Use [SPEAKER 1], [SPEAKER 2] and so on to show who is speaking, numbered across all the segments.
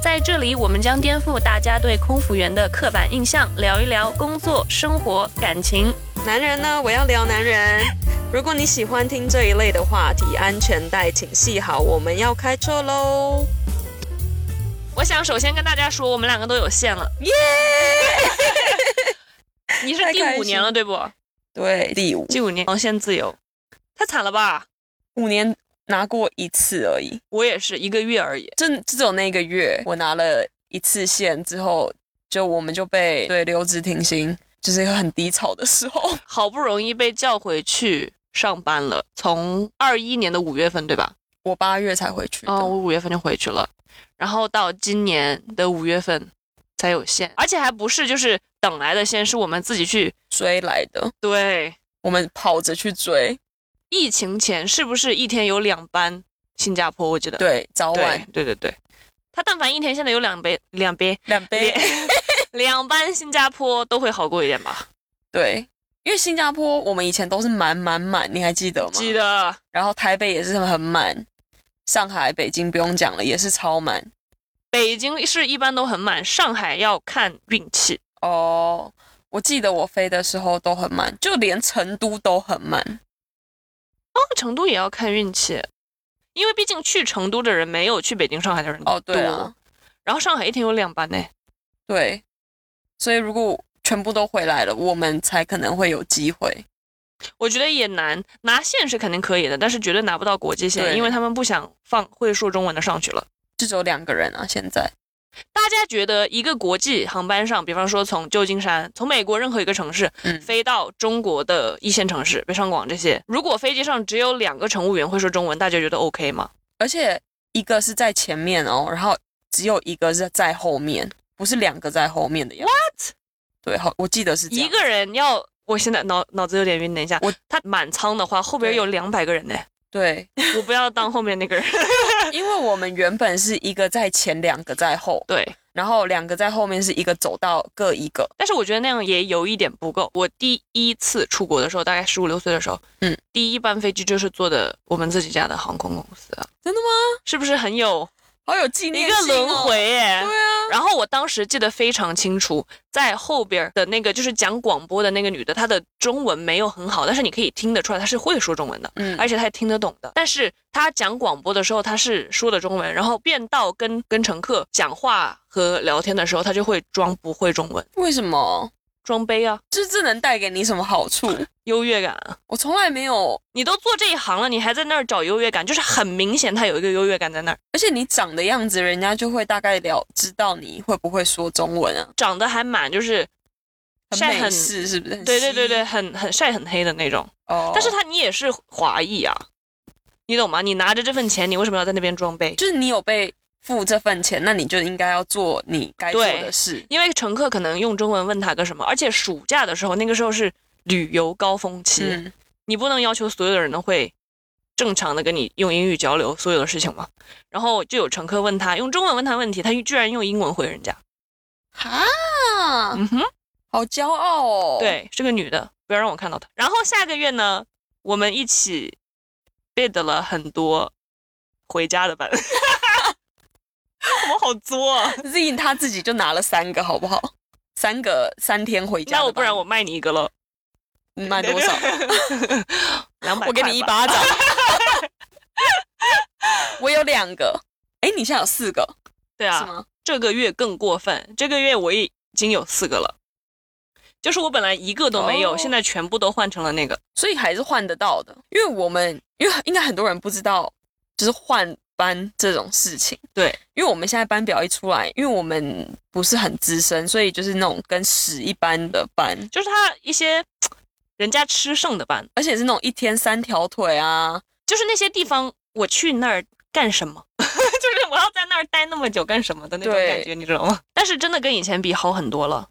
[SPEAKER 1] 在这里，我们将颠覆大家对空服员的刻板印象，聊一聊工作、生活、感情。
[SPEAKER 2] 男人呢？我要聊男 人。如果你喜欢听这一类的话题，安全带请系好，我们要开车喽！
[SPEAKER 1] 我想首先跟大家说，我们两个都有线了。
[SPEAKER 2] 耶、
[SPEAKER 1] 你是
[SPEAKER 2] 太
[SPEAKER 1] 第
[SPEAKER 2] 开
[SPEAKER 1] 五
[SPEAKER 2] 心
[SPEAKER 1] 年了，对不？
[SPEAKER 2] 对，第五
[SPEAKER 1] 第五年航线自由，太惨了吧？
[SPEAKER 2] 五年拿过一次而已，
[SPEAKER 1] 我也是一个月而已。
[SPEAKER 2] 就只有那个月我拿了一次线之后，就我们就被对留职停薪，就是一个很低潮的时候。
[SPEAKER 1] 好不容易被叫回去上班了，从二一年的五月份对吧？
[SPEAKER 2] 我八月才回去的，
[SPEAKER 1] 哦，我五月份就回去了，然后到今年的五月份才有线，而且还不是就是等来的线，是我们自己去
[SPEAKER 2] 追来的，
[SPEAKER 1] 对。
[SPEAKER 2] 我们跑着去追，
[SPEAKER 1] 疫情前是不是一天有两班新加坡？我记得
[SPEAKER 2] 对，早晚
[SPEAKER 1] 对对对对，他但凡一天现在有两杯两杯
[SPEAKER 2] 两杯，
[SPEAKER 1] 两班新加坡都会好过一点吧？
[SPEAKER 2] 对。因为新加坡我们以前都是满满满，你还记得吗？
[SPEAKER 1] 记得
[SPEAKER 2] 然后台北也是很满，上海、北京不用讲了，也是超满
[SPEAKER 1] 北京是一般都很满，上海要看运气。
[SPEAKER 2] 哦。我记得我飞的时候都很满，就连成都都很满。
[SPEAKER 1] 哦，成都也要看运气，因为毕竟去成都的人没有去北京、上海的人
[SPEAKER 2] 哦，对
[SPEAKER 1] 多
[SPEAKER 2] 啊，
[SPEAKER 1] 然后上海一天有两班呢，
[SPEAKER 2] 对，所以如果全部都回来了，我们才可能会有机会。
[SPEAKER 1] 我觉得也难。拿线是肯定可以的，但是绝对拿不到国际线，
[SPEAKER 2] 对
[SPEAKER 1] 因为他们不想放会说中文的上去了。
[SPEAKER 2] 就只有两个人啊，现在
[SPEAKER 1] 大家觉得一个国际航班上，比方说从旧金山、从美国任何一个城市、
[SPEAKER 2] 嗯
[SPEAKER 1] 飞到中国的一线城市，北上广这些，如果飞机上只有两个乘务员会说中文，大家觉得 OK 吗？
[SPEAKER 2] 而且一个是在前面哦，然后只有一个是在后面，不是两个在后面的样子。对，好，我记得是这样
[SPEAKER 1] 一个人要，我现在脑脑子有点晕，等一下，
[SPEAKER 2] 我
[SPEAKER 1] 他满舱的话，后边
[SPEAKER 2] 对
[SPEAKER 1] 有两百个人呢，
[SPEAKER 2] 对，
[SPEAKER 1] 我不要当后面那个人。
[SPEAKER 2] 因为我们原本是一个在前，两个在后，
[SPEAKER 1] 对，
[SPEAKER 2] 然后两个在后面是一个走到各一个，
[SPEAKER 1] 但是我觉得那样也有一点不够。我第一次出国的时候，大概十五六岁的时候，
[SPEAKER 2] 嗯，
[SPEAKER 1] 第一班飞机就是坐的我们自己家的航空公司，啊
[SPEAKER 2] 真的吗？
[SPEAKER 1] 是不是很有
[SPEAKER 2] 好有纪
[SPEAKER 1] 一
[SPEAKER 2] 念
[SPEAKER 1] 个
[SPEAKER 2] 性、哦、
[SPEAKER 1] 轮回。耶？
[SPEAKER 2] 对啊，
[SPEAKER 1] 然后我当时记得非常清楚，在后边的那个就是讲广播的那个女的，她的中文没有很好，但是你可以听得出来她是会说中文的，
[SPEAKER 2] 嗯
[SPEAKER 1] 而且她也听得懂的。但是她讲广播的时候，她是说的中文，然后变到跟跟乘客讲话和聊天的时候，她就会装不会中文，
[SPEAKER 2] 为什么？
[SPEAKER 1] 装杯啊，
[SPEAKER 2] 这这能带给你什么好处？
[SPEAKER 1] 优越感啊。
[SPEAKER 2] 我从来没有，
[SPEAKER 1] 你都做这一行了，你还在那儿找优越感，就是很明显她有一个优越感在那儿。
[SPEAKER 2] 而且你长的样子，人家就会大概了知道你会不会说中文啊，
[SPEAKER 1] 长得还蛮就是
[SPEAKER 2] 很
[SPEAKER 1] 晒
[SPEAKER 2] 美
[SPEAKER 1] 很
[SPEAKER 2] 式是不是？很
[SPEAKER 1] 对对对对，
[SPEAKER 2] 西，
[SPEAKER 1] 很很晒很黑的那种。
[SPEAKER 2] 哦，
[SPEAKER 1] 但是他你也是华裔啊，你懂吗？你拿着这份钱，你为什么要在那边装杯？
[SPEAKER 2] 就是你有被付这份钱，那你就应该要做你该做的事。
[SPEAKER 1] 因为乘客可能用中文问他个什么，而且暑假的时候，那个时候是旅游高峰期，
[SPEAKER 2] 嗯，
[SPEAKER 1] 你不能要求所有的人都会正常的跟你用英语交流所有的事情嘛。然后就有乘客问他用中文问他问题，他居然用英文回人家。
[SPEAKER 2] 哈，
[SPEAKER 1] 嗯哼，
[SPEAKER 2] 好骄傲哦。，
[SPEAKER 1] 对，是个女的，不要让我看到她。然后下个月呢，我们一起 bid 了很多回家的班。 我们好作、啊。
[SPEAKER 2] Z 他自己就拿了三个，好不好？三个三天回家的吧，
[SPEAKER 1] 那我不然我卖你一个喽，
[SPEAKER 2] 你卖多 少？
[SPEAKER 1] 两百，
[SPEAKER 2] 我给你一。巴掌。 我有两个，哎，你现在有四个、
[SPEAKER 1] 对
[SPEAKER 2] 是
[SPEAKER 1] 啊，
[SPEAKER 2] 吗？
[SPEAKER 1] 这个月更过分，这个月我已经有四个了，就是我本来一个都没有，
[SPEAKER 2] 哦
[SPEAKER 1] 现在全部都换成了那个。
[SPEAKER 2] 所以还是换得到的，因为我们因为应该很多人不知道，就是换班这种事情。
[SPEAKER 1] 对，
[SPEAKER 2] 因为我们现在班表一出来，因为我们不是很资深，所以就是那种跟屎一般的班，
[SPEAKER 1] 就是他一些人家吃剩的班，
[SPEAKER 2] 而且是那种一天三条腿啊。
[SPEAKER 1] 就是那些地方我去那儿干什么？ 就是我要在那儿待那么久干什么的那种
[SPEAKER 2] 对
[SPEAKER 1] 感觉，你知道吗？但是真的跟以前比好很多了。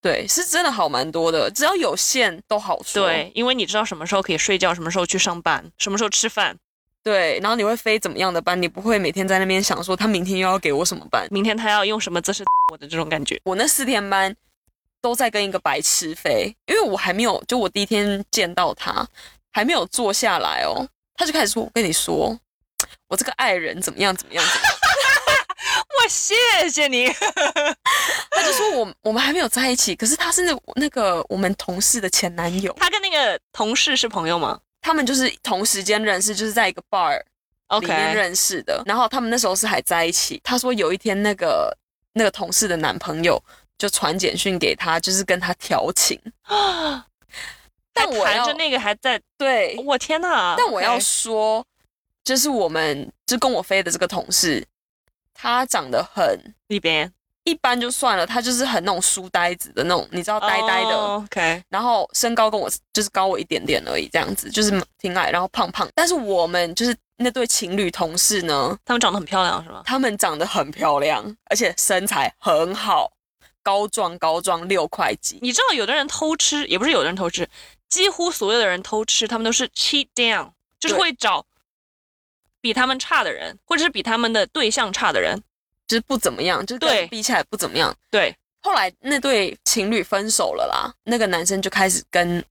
[SPEAKER 2] 对，是真的好蛮多的，只要有线都好说。
[SPEAKER 1] 对，因为你知道什么时候可以睡觉，什么时候去上班，什么时候吃饭，
[SPEAKER 2] 对，然后你会飞怎么样的班，你不会每天在那边想说他明天又要给我什么班。
[SPEAKER 1] 明天他要用什么姿势我的这种感觉。
[SPEAKER 2] 我那四天班都在跟一个白痴飞，因为我还没有，就我第一天见到他，还没有坐下来哦，他就开始说：“我跟你说，我这个爱人怎么样怎么样怎么样。
[SPEAKER 1] 我谢谢你，”
[SPEAKER 2] 他就说我我们还没有在一起，可是他是那那个我们同事的前男友，
[SPEAKER 1] 他跟那个同事是朋友吗
[SPEAKER 2] 他们就是同时间认识，就是在一个 bar 里面
[SPEAKER 1] ？OK，
[SPEAKER 2] 认识的。然后他们那时候是还在一起。他说有一天那个那个同事的男朋友就传简讯给他，就是跟他调情。但我
[SPEAKER 1] 还
[SPEAKER 2] 要
[SPEAKER 1] 谈着那个还在，
[SPEAKER 2] 对，
[SPEAKER 1] 我天呐！
[SPEAKER 2] 但我要
[SPEAKER 1] OK
[SPEAKER 2] 说，就是我们就跟我飞的这个同事，他长得很
[SPEAKER 1] 里边
[SPEAKER 2] 一般就算了，他就是很那种书呆子的那种，你知道呆呆的。
[SPEAKER 1] 哦 OK，
[SPEAKER 2] 然后身高跟我就是高我一点点而已，这样子就是挺矮，然后胖胖。但是我们就是那对情侣同事呢，
[SPEAKER 1] 他们长得很漂亮是吗？
[SPEAKER 2] 他们长得很漂亮，而且身材很好，高壮高壮六块几。
[SPEAKER 1] 你知道有的人偷吃，也不是有的人偷吃，几乎所有的人偷吃，他们都是 cheat down，就是
[SPEAKER 2] 对
[SPEAKER 1] 会找比他们差的人，或者是比他们的对象差的人。
[SPEAKER 2] 就是不怎么样，就是
[SPEAKER 1] 对
[SPEAKER 2] 跟比起来不怎么样。
[SPEAKER 1] 对，
[SPEAKER 2] 后来那对情侣分手了啦，那个男生就开始跟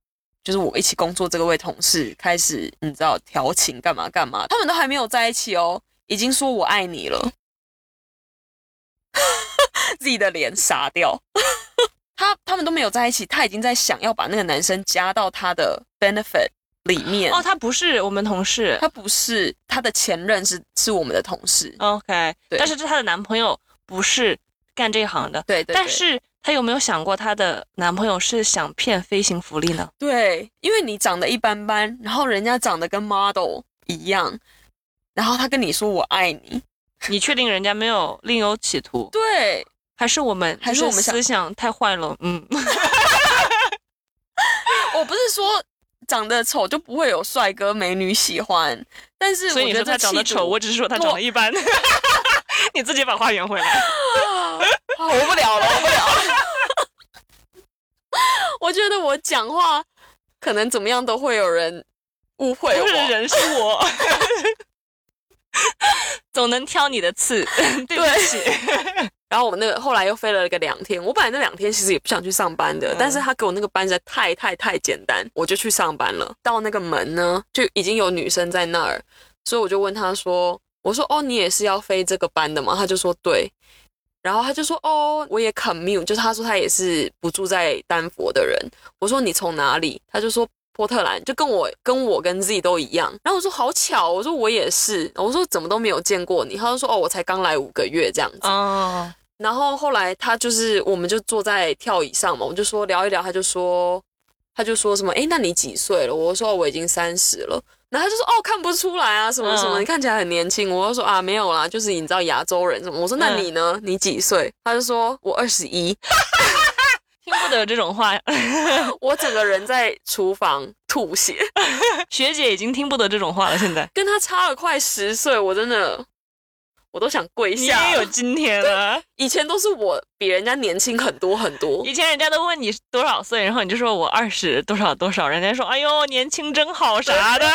[SPEAKER 2] 就是我一起工作这个位同事开始，你知道调情干嘛干嘛，他们都还没有在一起哦，已经说我爱你了， 自己的脸傻掉。 他他们都没有在一起，他已经在想要把那个男生加到他的 benefit 里面。
[SPEAKER 1] 哦，他不是我们同事
[SPEAKER 2] 他不是他的前任是是我们的同事，
[SPEAKER 1] ，OK，
[SPEAKER 2] 对
[SPEAKER 1] 但是这她的男朋友不是干这一行的，
[SPEAKER 2] 对对对
[SPEAKER 1] 但是她有没有想过她的男朋友是想骗飞行福利呢？
[SPEAKER 2] 对，因为你长得一般般，然后人家长得跟 model 一样，然后他跟你说我爱你，
[SPEAKER 1] 你确定人家没有另有企图？
[SPEAKER 2] 对，
[SPEAKER 1] 还是我们
[SPEAKER 2] 还是
[SPEAKER 1] 就
[SPEAKER 2] 我们想
[SPEAKER 1] 思想太坏了？嗯，
[SPEAKER 2] 我不是说长得丑就不会有帅哥美女喜欢，但是
[SPEAKER 1] 所以
[SPEAKER 2] 我
[SPEAKER 1] 你
[SPEAKER 2] 觉
[SPEAKER 1] 说
[SPEAKER 2] 得
[SPEAKER 1] 他
[SPEAKER 2] 这
[SPEAKER 1] 长得
[SPEAKER 2] 气
[SPEAKER 1] 丑，
[SPEAKER 2] 度
[SPEAKER 1] 我只是说他长得一般。 你自己把话圆回来。
[SPEAKER 2] 啊啊我不聊了，我不聊了。 我觉得我讲话可能怎么样都会有人误会
[SPEAKER 1] 不
[SPEAKER 2] 我，
[SPEAKER 1] 是人，是我。 总能挑你的 刺，对不
[SPEAKER 2] 对
[SPEAKER 1] 起。
[SPEAKER 2] 然后我们那个后来又飞了个两天，我本来那两天其实也不想去上班的，
[SPEAKER 1] 嗯
[SPEAKER 2] 但是他给我那个班实在太太太简单，我就去上班了。到那个门呢，就已经有女生在那儿，所以我就问他说：“我说哦，你也是要飞这个班的吗？”他就说：“对。”然后他就说：“哦，我也 commute，就是他说他也是不住在丹佛的人。”我说：“你从哪里？”他就说。波特兰就跟我跟我跟自己都一样，然后我说好巧，我说我也是，我说怎么都没有见过你，他就说哦我才刚来五个月这样子，
[SPEAKER 1] 哦，
[SPEAKER 2] 然后后来他就是，我们就坐在跳椅上嘛，我们就说聊一聊，他就说，他就说什么，诶，那你几岁了？我说哦我已经三十了。然后他就说，哦，看不出来啊，什么什么，
[SPEAKER 1] 嗯
[SPEAKER 2] 你看起来很年轻。我就说啊，没有啦，就是你知道亚洲人什么。我说那
[SPEAKER 1] 嗯
[SPEAKER 2] 你呢？你几岁？他就说我二十一。
[SPEAKER 1] 听不得这种话，
[SPEAKER 2] 我整个人在厨房吐血，
[SPEAKER 1] 学姐已经听不得这种话了。现在
[SPEAKER 2] 跟他差了快十岁，我真的，我都想跪
[SPEAKER 1] 你
[SPEAKER 2] 下
[SPEAKER 1] 也有
[SPEAKER 2] 了。
[SPEAKER 1] 今天了。
[SPEAKER 2] 以前都是我比人家年轻很多很多，
[SPEAKER 1] 以前人家都问你多少岁，然后你就说我二十多少多少，人家说哎呦年轻真好啥 的。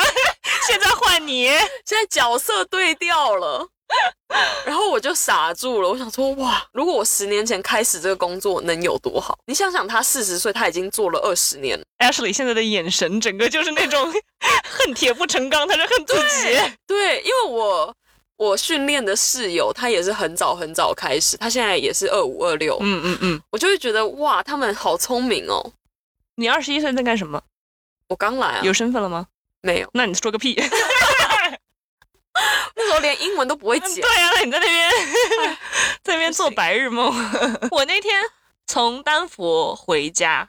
[SPEAKER 1] 现在换你，
[SPEAKER 2] 现在角色对调了， 然后我就傻住了。我想说，哇，如果我十年前开始这个工作，能有多好？你想想，他四十岁，他已经做了二十年了，
[SPEAKER 1] Ashley 现在的眼神，整个就是那种 恨铁不成钢，他是恨自己。
[SPEAKER 2] 对，因为我我训练的室友，他也是很早很早开始，他现在也是二五二六，
[SPEAKER 1] 嗯嗯嗯，
[SPEAKER 2] 我就会觉得哇，他们好聪明哦。
[SPEAKER 1] 你二十一岁在干什么？
[SPEAKER 2] 我刚来啊，
[SPEAKER 1] 有身份了吗？
[SPEAKER 2] 没有？
[SPEAKER 1] 那你说个屁！对
[SPEAKER 2] 那时候连英文都不会讲，
[SPEAKER 1] 呀、嗯啊那你 在那边在那边做白日梦。 我那天从丹佛回家，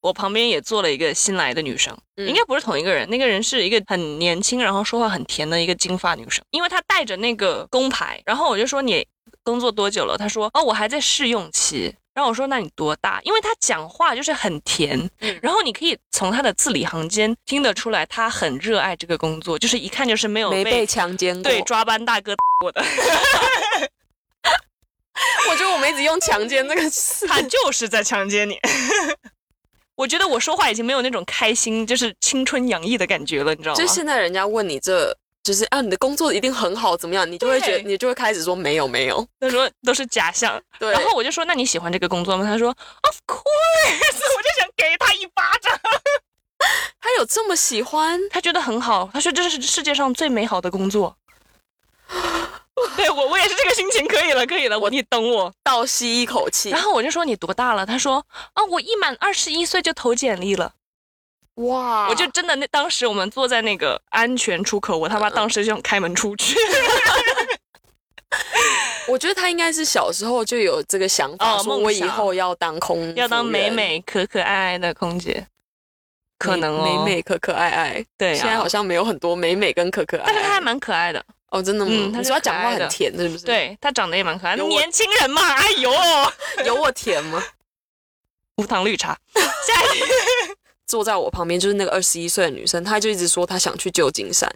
[SPEAKER 1] 我旁边也坐了一个新来的女生，
[SPEAKER 2] 嗯
[SPEAKER 1] 应该不是同一个人，那个人是一个很年轻，然后说话很甜的一个金发女生，因为她带着那个工牌，然后我就说你工作多久了？她说哦，我还在试用期。然后我说那你多大？因为她讲话就是很甜，
[SPEAKER 2] 嗯
[SPEAKER 1] 然后你可以从她的字里行间听得出来，她很热爱这个工作，就是一看就是没有
[SPEAKER 2] 没被强奸过。
[SPEAKER 1] 对，抓班大哥我的。
[SPEAKER 2] 我觉得我们一直用强奸这个词，
[SPEAKER 1] 他就是在强奸你。 我觉得我说话已经没有那种开心，就是青春洋溢的感觉了，你知道吗？
[SPEAKER 2] 就现在人家问你这。就是啊，你的工作一定很好，怎么样？你就会觉
[SPEAKER 1] 对
[SPEAKER 2] 得，你就会开始说没有没有，
[SPEAKER 1] 他说都是假象。
[SPEAKER 2] 对，
[SPEAKER 1] 然后我就说，那你喜欢这个工作吗？他说，Of course，我就 想给他一巴掌。
[SPEAKER 2] 他有这么喜欢，
[SPEAKER 1] 他觉得很好，他说这是世界上最美好的工作。 对我，我也是这个心情，可以了，可以了，我你等我。
[SPEAKER 2] 倒吸一口气
[SPEAKER 1] 然，后我就说你多大了？他说啊，我一满二十一岁就投简历了。
[SPEAKER 2] 哇，
[SPEAKER 1] 我就真的那当时我们坐在那个安全出口，我他妈当时就想开门出去。
[SPEAKER 2] 我觉得他应该是小时候就有这个想法，
[SPEAKER 1] 哦
[SPEAKER 2] 说
[SPEAKER 1] 梦
[SPEAKER 2] 我以
[SPEAKER 1] 想
[SPEAKER 2] 后要当空，
[SPEAKER 1] 要当美，美可可爱爱的空姐，可能哦，
[SPEAKER 2] 美美可可爱爱，
[SPEAKER 1] 对、啊，
[SPEAKER 2] 现在好像没有很多美美跟可可爱爱，
[SPEAKER 1] 但是她还蛮可爱的，
[SPEAKER 2] 哦，真的吗？
[SPEAKER 1] 嗯她
[SPEAKER 2] 你
[SPEAKER 1] 是
[SPEAKER 2] 说她
[SPEAKER 1] 可
[SPEAKER 2] 讲话
[SPEAKER 1] 爱的
[SPEAKER 2] 很甜，是不是？，
[SPEAKER 1] 对她长得也蛮可爱的，
[SPEAKER 2] 有我
[SPEAKER 1] 年轻人 嘛，哎呦，
[SPEAKER 2] 有我甜吗？
[SPEAKER 1] 无糖绿茶，下一题，
[SPEAKER 2] 坐在我旁边就是那个二十一岁的女生，她就一直说她想去旧金山，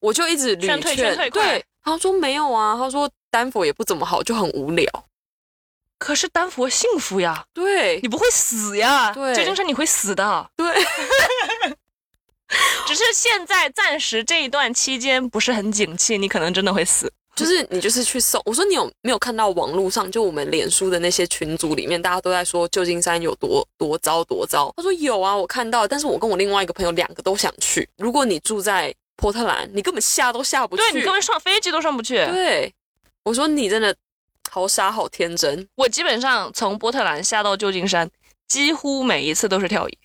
[SPEAKER 2] 我就一直屡
[SPEAKER 1] 劝退劝退快
[SPEAKER 2] 对，她说没有啊，她说丹佛也不怎么好，就很无聊，
[SPEAKER 1] 可是丹佛幸福呀，
[SPEAKER 2] 对
[SPEAKER 1] 你不会死呀，
[SPEAKER 2] 对
[SPEAKER 1] 旧金山你会死的，
[SPEAKER 2] 对，
[SPEAKER 1] 只是现在暂时这一段期间不是很景气，你可能真的会死。
[SPEAKER 2] 就是你就是去搜，我说你有没有看到网络上就我们脸书的那些群组里面，大家都在说旧金山有多多糟多糟？他说有啊，我看到，但是我跟我另外一个朋友两个都想去。如果你住在波特兰，你根本下都下不去。
[SPEAKER 1] 对你根本上飞机都上不去。
[SPEAKER 2] 对我说你真的好傻好天真，
[SPEAKER 1] 我基本上从波特兰下到旧金山，几乎每一次都是跳椅。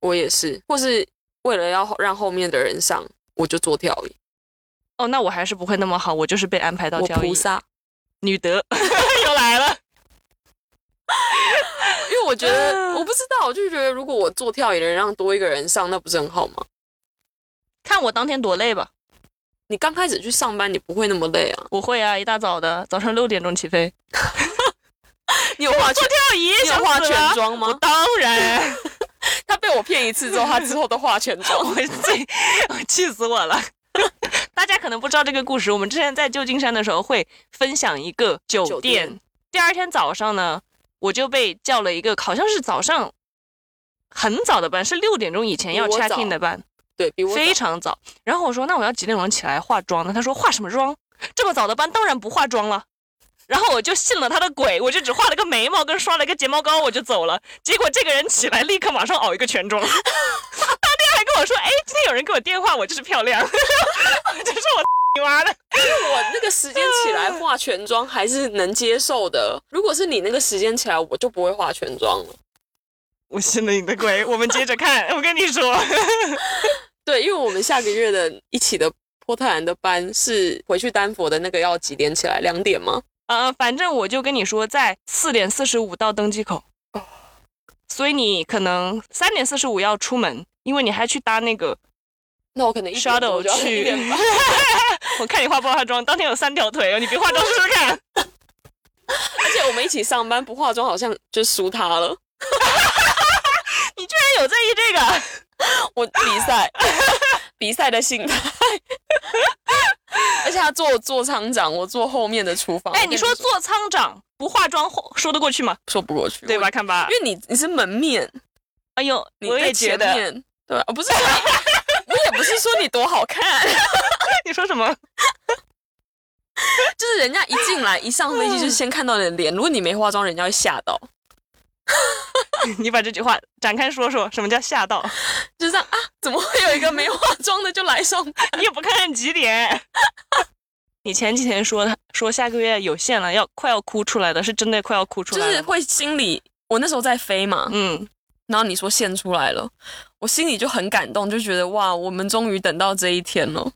[SPEAKER 2] 我也是，或是为了要让后面的人上，我就做跳椅，
[SPEAKER 1] 哦，那我还是不会那么好，我就是被安排到
[SPEAKER 2] 我
[SPEAKER 1] 交
[SPEAKER 2] 菩
[SPEAKER 1] 易。
[SPEAKER 2] 萨，
[SPEAKER 1] 女 德又来了，
[SPEAKER 2] 因为我觉得
[SPEAKER 1] 啊
[SPEAKER 2] 我不知道，我就觉得如果我做跳椅能让多一个人上，那不是很好吗？
[SPEAKER 1] 看我当天多累吧。
[SPEAKER 2] 你刚开始去上班，你不会那么累啊。
[SPEAKER 1] 我会啊，一大早的，早上六点钟起飞。
[SPEAKER 2] 你有化全，
[SPEAKER 1] 跳椅
[SPEAKER 2] 你有化全妆
[SPEAKER 1] 我
[SPEAKER 2] 吗？
[SPEAKER 1] 当 然，
[SPEAKER 2] 他被我骗一次之后，他之后都化全妆
[SPEAKER 1] 我。最我气死我 了。大家可能不知道这个故事，我们之前在旧金山的时候会分享一个酒店，
[SPEAKER 2] 酒店
[SPEAKER 1] 第二天早上呢，我就被叫了一个，好像是早上很早的班，是六点钟以前要
[SPEAKER 2] 比我
[SPEAKER 1] check
[SPEAKER 2] 早
[SPEAKER 1] in 的班，
[SPEAKER 2] 对比我
[SPEAKER 1] 非常早。然后我说那我要几点钟起来化妆呢？他说化什么妆？这么早的班当然不化妆了。然后我就信了他的鬼，我就只画了个眉毛跟刷了一个睫毛膏，我就走了。结果这个人起来立刻马上熬一个全妆， 当天还跟我说：“哎，今天有人给我电话，我就是漂亮。” 我就说我 你妈的，
[SPEAKER 2] 我那个时间起 来化全妆还是能接受的。如果是你那个时间起来，我就不会化全妆了。
[SPEAKER 1] 我信了你的鬼。我们接着看，我跟你说，
[SPEAKER 2] 对，因为我们下个月的一起的波特兰的班是回去丹佛的那个要几点起来？两点吗？
[SPEAKER 1] 呃，反正我就跟你说，在四点四十五到登机口，所以你可能三点四十五要出门，因为你还去搭那个
[SPEAKER 2] 那我可能一点多
[SPEAKER 1] shadow
[SPEAKER 2] 就要一
[SPEAKER 1] 去
[SPEAKER 2] 点 半。。
[SPEAKER 1] 我看你化不化妆，当天有三条腿哦，你别化妆试试看。
[SPEAKER 2] 而且我们一起上班不化妆，好像就输他了。
[SPEAKER 1] 你居然有在意这个？
[SPEAKER 2] 我比赛， 比赛的心态。而且他做做仓长，我做后面的厨房。
[SPEAKER 1] 哎，
[SPEAKER 2] 我跟
[SPEAKER 1] 你说做仓长不化妆说得过去吗？
[SPEAKER 2] 说不过去，
[SPEAKER 1] 对吧？
[SPEAKER 2] 我？
[SPEAKER 1] 看吧
[SPEAKER 2] 因，为你你是门面，
[SPEAKER 1] 哎呦，
[SPEAKER 2] 你
[SPEAKER 1] 我
[SPEAKER 2] 在
[SPEAKER 1] 也觉
[SPEAKER 2] 前
[SPEAKER 1] 得。
[SPEAKER 2] 面对吧？我哦不是说你，我也不是说你多好看，
[SPEAKER 1] 你说什么？
[SPEAKER 2] 就是人家一进来一上飞机
[SPEAKER 1] 嗯
[SPEAKER 2] 就先看到你的脸，如果你没化妆，人家会吓到，
[SPEAKER 1] 你把这句话展开说说，什么叫吓到？
[SPEAKER 2] 就这样啊，怎么会有一个没化妆的就来上班？
[SPEAKER 1] 你也不看看几点？ 你前几天说他说下个月有限了，要快要哭出来的是真的快要哭出
[SPEAKER 2] 就
[SPEAKER 1] 来
[SPEAKER 2] 是
[SPEAKER 1] 了吗。
[SPEAKER 2] 会心里，我那时候在飞嘛，
[SPEAKER 1] 嗯，
[SPEAKER 2] 然后你说现出来了，我心里就很感动，就觉得哇，我们终于等到这一天了。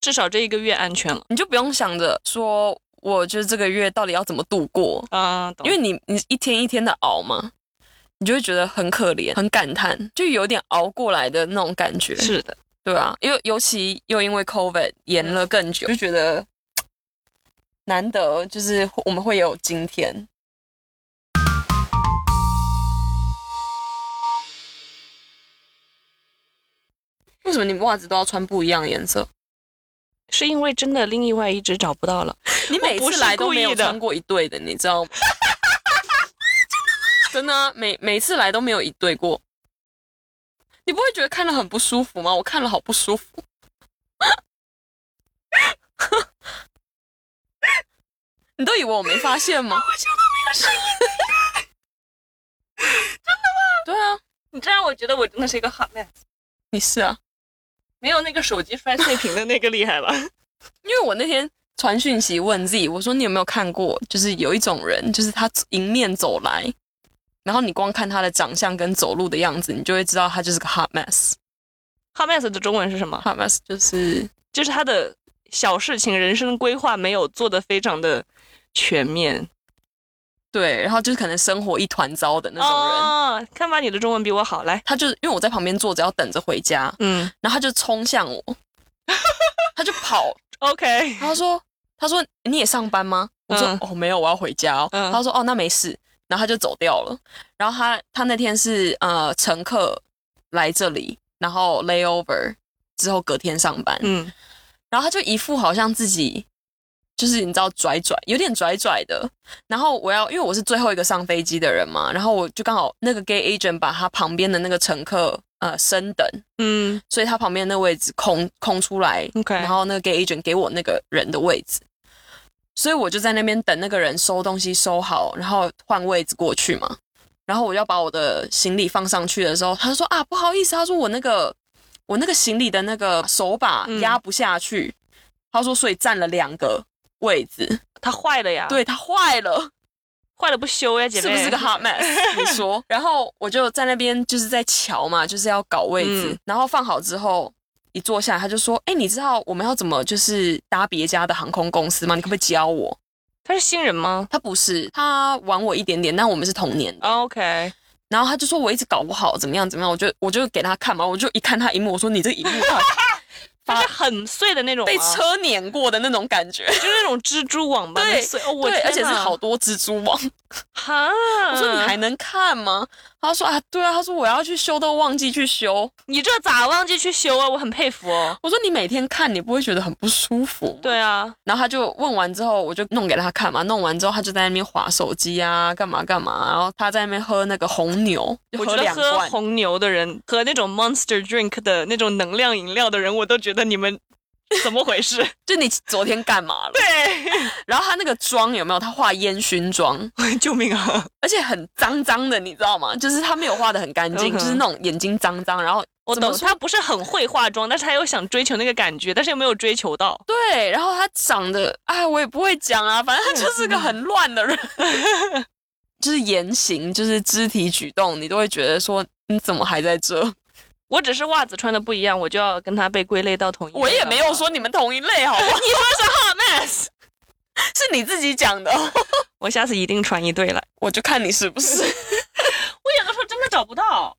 [SPEAKER 1] 至少这一个月安全了。
[SPEAKER 2] 你就不用想着说，我就是这个月到底要怎么度过，
[SPEAKER 1] 啊，懂
[SPEAKER 2] 因为你你一天一天的熬嘛，你就会觉得很可怜，很感叹，就有点熬过来的那种感觉，
[SPEAKER 1] 是的，
[SPEAKER 2] 对啊，因为尤其又因为 COVID 延了更久，就觉得难得，就是我们会有今天。为什么你们袜子都要穿不一样的颜色？
[SPEAKER 1] 是因为真的另外一只找不到了。
[SPEAKER 2] 你每
[SPEAKER 1] 我不
[SPEAKER 2] 次
[SPEAKER 1] 是
[SPEAKER 2] 来都
[SPEAKER 1] 故意
[SPEAKER 2] 没有
[SPEAKER 1] 的
[SPEAKER 2] 穿过一对的，你知道吗？ 真的啊、每每次来都没有一对过。你不会觉得看了很不舒服吗？我看了好不舒服。 你都以为我没发现吗？我 觉得没有声音。真的吗？对啊，
[SPEAKER 1] 你这让我觉得我真的是一个 hot man，
[SPEAKER 2] 你是啊，
[SPEAKER 1] 没有那个手机摔碎屏的那个厉害吧？
[SPEAKER 2] 因为我那天传讯息问 Z，我说你有没有看过，就是有一种人，就是他迎面走来，然后你光看他的长相跟走路的样子，你就会知道他就是个 hot mess。
[SPEAKER 1] hot man 的中文是什么？
[SPEAKER 2] hot mess 就是
[SPEAKER 1] 就是他的小事情、人生规划没有做得非常的全面
[SPEAKER 2] 对，然后就是可能生活一团糟的那
[SPEAKER 1] 那
[SPEAKER 2] 种人。
[SPEAKER 1] 哦，看吧，你的中文比我好，来，
[SPEAKER 2] 他就是因为我在旁边坐着要等着回家，
[SPEAKER 1] 嗯
[SPEAKER 2] 然后他就冲向我， 他就跑，
[SPEAKER 1] ，OK，
[SPEAKER 2] 然后他说他说你也上班吗？我说、
[SPEAKER 1] 嗯
[SPEAKER 2] 哦没有，我要回家哦。
[SPEAKER 1] 嗯
[SPEAKER 2] 他说哦那没事，然后他就走掉了。然后他他那天是呃乘客来这里，然后 layover 之后隔天上班，
[SPEAKER 1] 嗯，
[SPEAKER 2] 然后他就一副好像自己。就是你知道拽拽，有点拽拽的。然后我要，因为我是最后一个上飞机的人嘛，然后我就刚好那个 gay agent 把他旁边的那个乘客呃升等，
[SPEAKER 1] 嗯
[SPEAKER 2] 所以他旁边那位置空空出来
[SPEAKER 1] ，OK，
[SPEAKER 2] 然后那个 gay agent 给我那个人的位置，所以我就在那边等那个人收东西收好，然后换位置过去嘛。然后我要把我的行李放上去的时候，他说啊，不好意思，他说我那个我那个行李的那个手把
[SPEAKER 1] 嗯
[SPEAKER 2] 压不下去，他说所以占了两个位置，
[SPEAKER 1] 他坏了呀，，
[SPEAKER 2] 对他坏了。
[SPEAKER 1] 坏了不修呀，姐
[SPEAKER 2] 是
[SPEAKER 1] 妹，
[SPEAKER 2] 不是个 hot mess？你 说，然后我就在那边就是在瞧嘛，就是要搞位置，
[SPEAKER 1] 嗯
[SPEAKER 2] 然后放好之后一坐下来，他就说：“哎、你知道我们要怎么就是搭别家的航空公司吗？你可不可以教我
[SPEAKER 1] 他是新人吗？”
[SPEAKER 2] 他不是，他晚我一点点，但我们是同年的。
[SPEAKER 1] 哦？OK，
[SPEAKER 2] 然后他就说我一直搞不好，怎么样怎么样，我就我就给他看嘛，我就一看他荧幕，我说你这荧幕啊
[SPEAKER 1] 他是很碎的那种吗，
[SPEAKER 2] 被车碾过的那种感 觉，
[SPEAKER 1] 就是那种蜘蛛网般的
[SPEAKER 2] 对
[SPEAKER 1] 碎，哦，我
[SPEAKER 2] 对，而且是
[SPEAKER 1] 天哪
[SPEAKER 2] 好多蜘蛛网。
[SPEAKER 1] 哈，
[SPEAKER 2] 我说你还能看吗？他说啊，对啊，他说我要去修都忘记去修。
[SPEAKER 1] 你这咋忘记去修啊？我很佩服哦。
[SPEAKER 2] 我说你每天看，你不会觉得很不舒服？。
[SPEAKER 1] 对啊，
[SPEAKER 2] 然后他就问完之后，我就弄给他看嘛。弄完之后，他就在那边划手机啊，干嘛干嘛。然后他在那边喝那个红牛，就
[SPEAKER 1] 我
[SPEAKER 2] 喝
[SPEAKER 1] 觉得
[SPEAKER 2] 两
[SPEAKER 1] 喝
[SPEAKER 2] 罐。
[SPEAKER 1] 红牛的人和那种 Monster Drink 的那种能量饮料的人，我都觉得你们怎 么回事？
[SPEAKER 2] 就你昨天干嘛了？
[SPEAKER 1] 对，
[SPEAKER 2] 然后他那个妆有没有？他画烟熏妆，
[SPEAKER 1] 救命啊！
[SPEAKER 2] 而且很脏脏的，你知道吗？就是他没有画的很干净，
[SPEAKER 1] 嗯哼
[SPEAKER 2] 就是那种眼睛脏脏，然后
[SPEAKER 1] 我
[SPEAKER 2] 怎么
[SPEAKER 1] 懂，
[SPEAKER 2] 说
[SPEAKER 1] 他不是很会化妆，但是他又想追求那个感觉，但是又没有追求到。
[SPEAKER 2] 对，然后他长得，哎，我也不会讲啊，反正他就是个很乱的人，
[SPEAKER 1] 嗯
[SPEAKER 2] 就是言行，就是肢体举动，你都会觉得说你怎么还在这？
[SPEAKER 1] 我只是袜子穿的不一样，我就要跟他被归类到同一。
[SPEAKER 2] 我也没有，说你们同一类，好不 好？你说是 hot mess，是你自己讲的，
[SPEAKER 1] 我下次一定穿一对了。
[SPEAKER 2] 我就看你是不是。
[SPEAKER 1] 我有的时候真的找不到，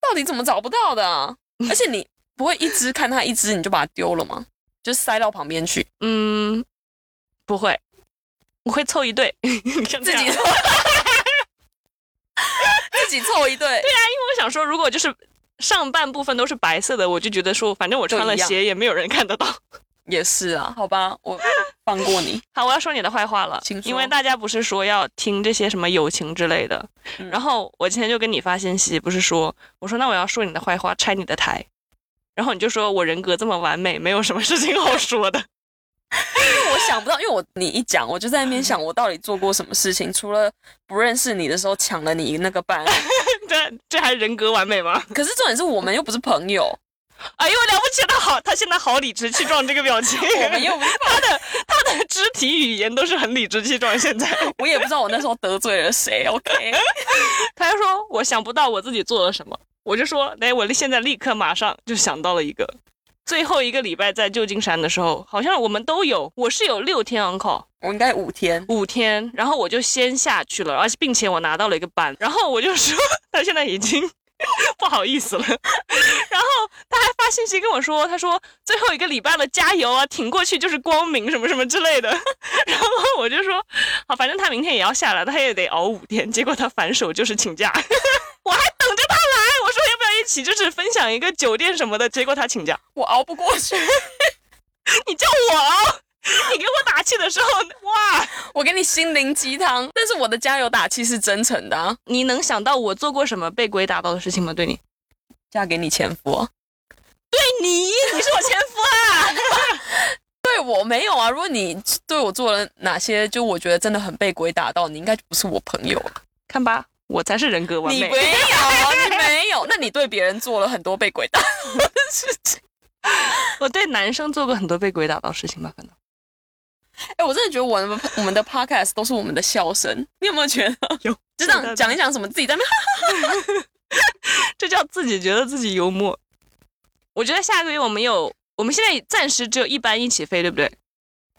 [SPEAKER 2] 到底怎么找不到的啊、而且你不会一只看它一只你就把它丢了吗？就塞到旁边去，
[SPEAKER 1] 嗯，不会，我会凑一对， 像这
[SPEAKER 2] 自
[SPEAKER 1] 样
[SPEAKER 2] 己 自己凑一对。
[SPEAKER 1] 我想说，如果就是上半部分都是白色的，我就觉得说，反正我穿了
[SPEAKER 2] 都一样
[SPEAKER 1] 鞋也没有人看得到。
[SPEAKER 2] 也是啊，好吧，我放过你。
[SPEAKER 1] 好，我要说你的坏话了
[SPEAKER 2] 请，说
[SPEAKER 1] 因为大家不是说要听这些什么友情之类的，
[SPEAKER 2] 嗯
[SPEAKER 1] 然后我今天就跟你发信息，不是说我说那我要说你的坏话，拆你的台，然后你就说我人格这么完美，没有什么事情好说的。
[SPEAKER 2] 我想不到，因为我你一讲，我就在那边想，我到底做过什么事情？除了不认识你的时候抢了你那个班，
[SPEAKER 1] 这这还人格完美吗？
[SPEAKER 2] 可是重点是我们又不是朋友，
[SPEAKER 1] 哎呦，了不起的好，他现在好理直气壮这个表情，
[SPEAKER 2] 我们又不是，
[SPEAKER 1] 他的他的肢体语言都是很理直气壮，现在。
[SPEAKER 2] 我也不知道我那时候得罪了谁。OK，
[SPEAKER 1] 他就说我想不到我自己做了什么，我就说，哎，我现在立刻马上就想到了一个。最后一个礼拜在旧金山的时候，好像我们都有，我是有六天 uncle
[SPEAKER 2] 我应该五天，
[SPEAKER 1] 五天，然后我就先下去了，而且并且我拿到了一个班，然后我就说他现在已经不好意思了，然后他还发信息跟我说，他说最后一个礼拜了，加油啊，挺过去就是光明什么什么之类的，然后我就说好，反正他明天也要下来，他也得熬五天，结果他反手就是请假， 我还等着他来， 我说要不要一起就是分享一个酒店什么的，结果他请假，
[SPEAKER 2] 我熬不过去。
[SPEAKER 1] 你叫我哦，你给我打气的时候，哇，
[SPEAKER 2] 我给你心灵鸡汤，但是我的加油打气是真诚的、啊。
[SPEAKER 1] 你能想到我做过什么被鬼打到的事情吗？对你，
[SPEAKER 2] 嫁给你前夫啊、
[SPEAKER 1] 对你，你是我前夫啊！
[SPEAKER 2] 对我没有啊。如果你对我做了哪些，就我觉得真的很被鬼打到，你应该就不是我朋友了。
[SPEAKER 1] 看吧，我才是人格完
[SPEAKER 2] 你
[SPEAKER 1] 美。
[SPEAKER 2] 没有，啊你没 有，那你对别人做了很多被鬼打到的事情。
[SPEAKER 1] 我对男生做过很多被鬼打到的事情吧，可能。
[SPEAKER 2] 哎、我真的觉得我们我们的 podcast 都是我们的笑声，你有没有觉得？
[SPEAKER 1] 有，
[SPEAKER 2] 就这样讲一讲什么自己在那边
[SPEAKER 1] 这叫自己觉得自己幽默。我觉得下个月我们有，我们现在暂时只有一班一起飞，对不对？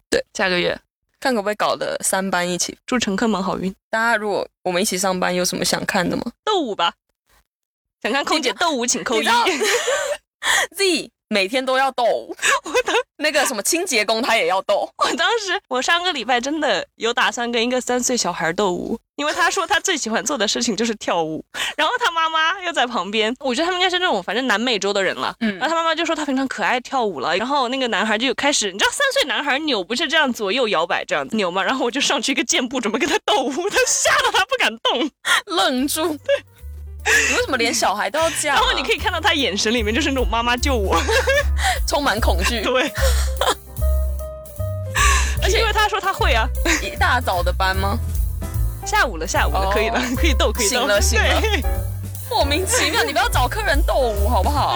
[SPEAKER 2] 对，
[SPEAKER 1] 下个月
[SPEAKER 2] 看可不可以搞得三班一起。
[SPEAKER 1] 祝乘客们好运，
[SPEAKER 2] 大家如果我们一起上班，有什么想看的吗
[SPEAKER 1] 斗舞吧。想看空姐斗舞，请扣
[SPEAKER 2] 你
[SPEAKER 1] 一
[SPEAKER 2] 知。道？Z 每天都要斗舞，
[SPEAKER 1] 我当
[SPEAKER 2] 那个什么清洁工他也要斗。
[SPEAKER 1] 我当时我上个礼拜真的有打算跟一个三岁小孩斗舞，因为他说他最喜欢做的事情就是跳舞，然后他妈妈又在旁边，我觉得他们应该是那种反正南美洲的人了。
[SPEAKER 2] 嗯
[SPEAKER 1] 然后他妈妈就说他平常可爱跳舞了，然后那个男孩就开始，你知道三岁男孩扭不是这样左右摇摆这样子扭吗？然后我就上去一个箭步准备跟他斗舞，他吓到他不敢动。
[SPEAKER 2] 愣住。你为什么连小孩都要这样、
[SPEAKER 1] 然
[SPEAKER 2] 啊？
[SPEAKER 1] 后你可以看到他眼神里面就是那种妈妈救我，
[SPEAKER 2] 充满恐惧，
[SPEAKER 1] 对。而且因为他说他会啊，
[SPEAKER 2] 一大早的班吗？
[SPEAKER 1] 下午了下午了，可以了
[SPEAKER 2] 哦，
[SPEAKER 1] 可以斗可以斗，
[SPEAKER 2] 醒了醒了
[SPEAKER 1] 对
[SPEAKER 2] 莫名其妙，你不要找客人斗舞好不好？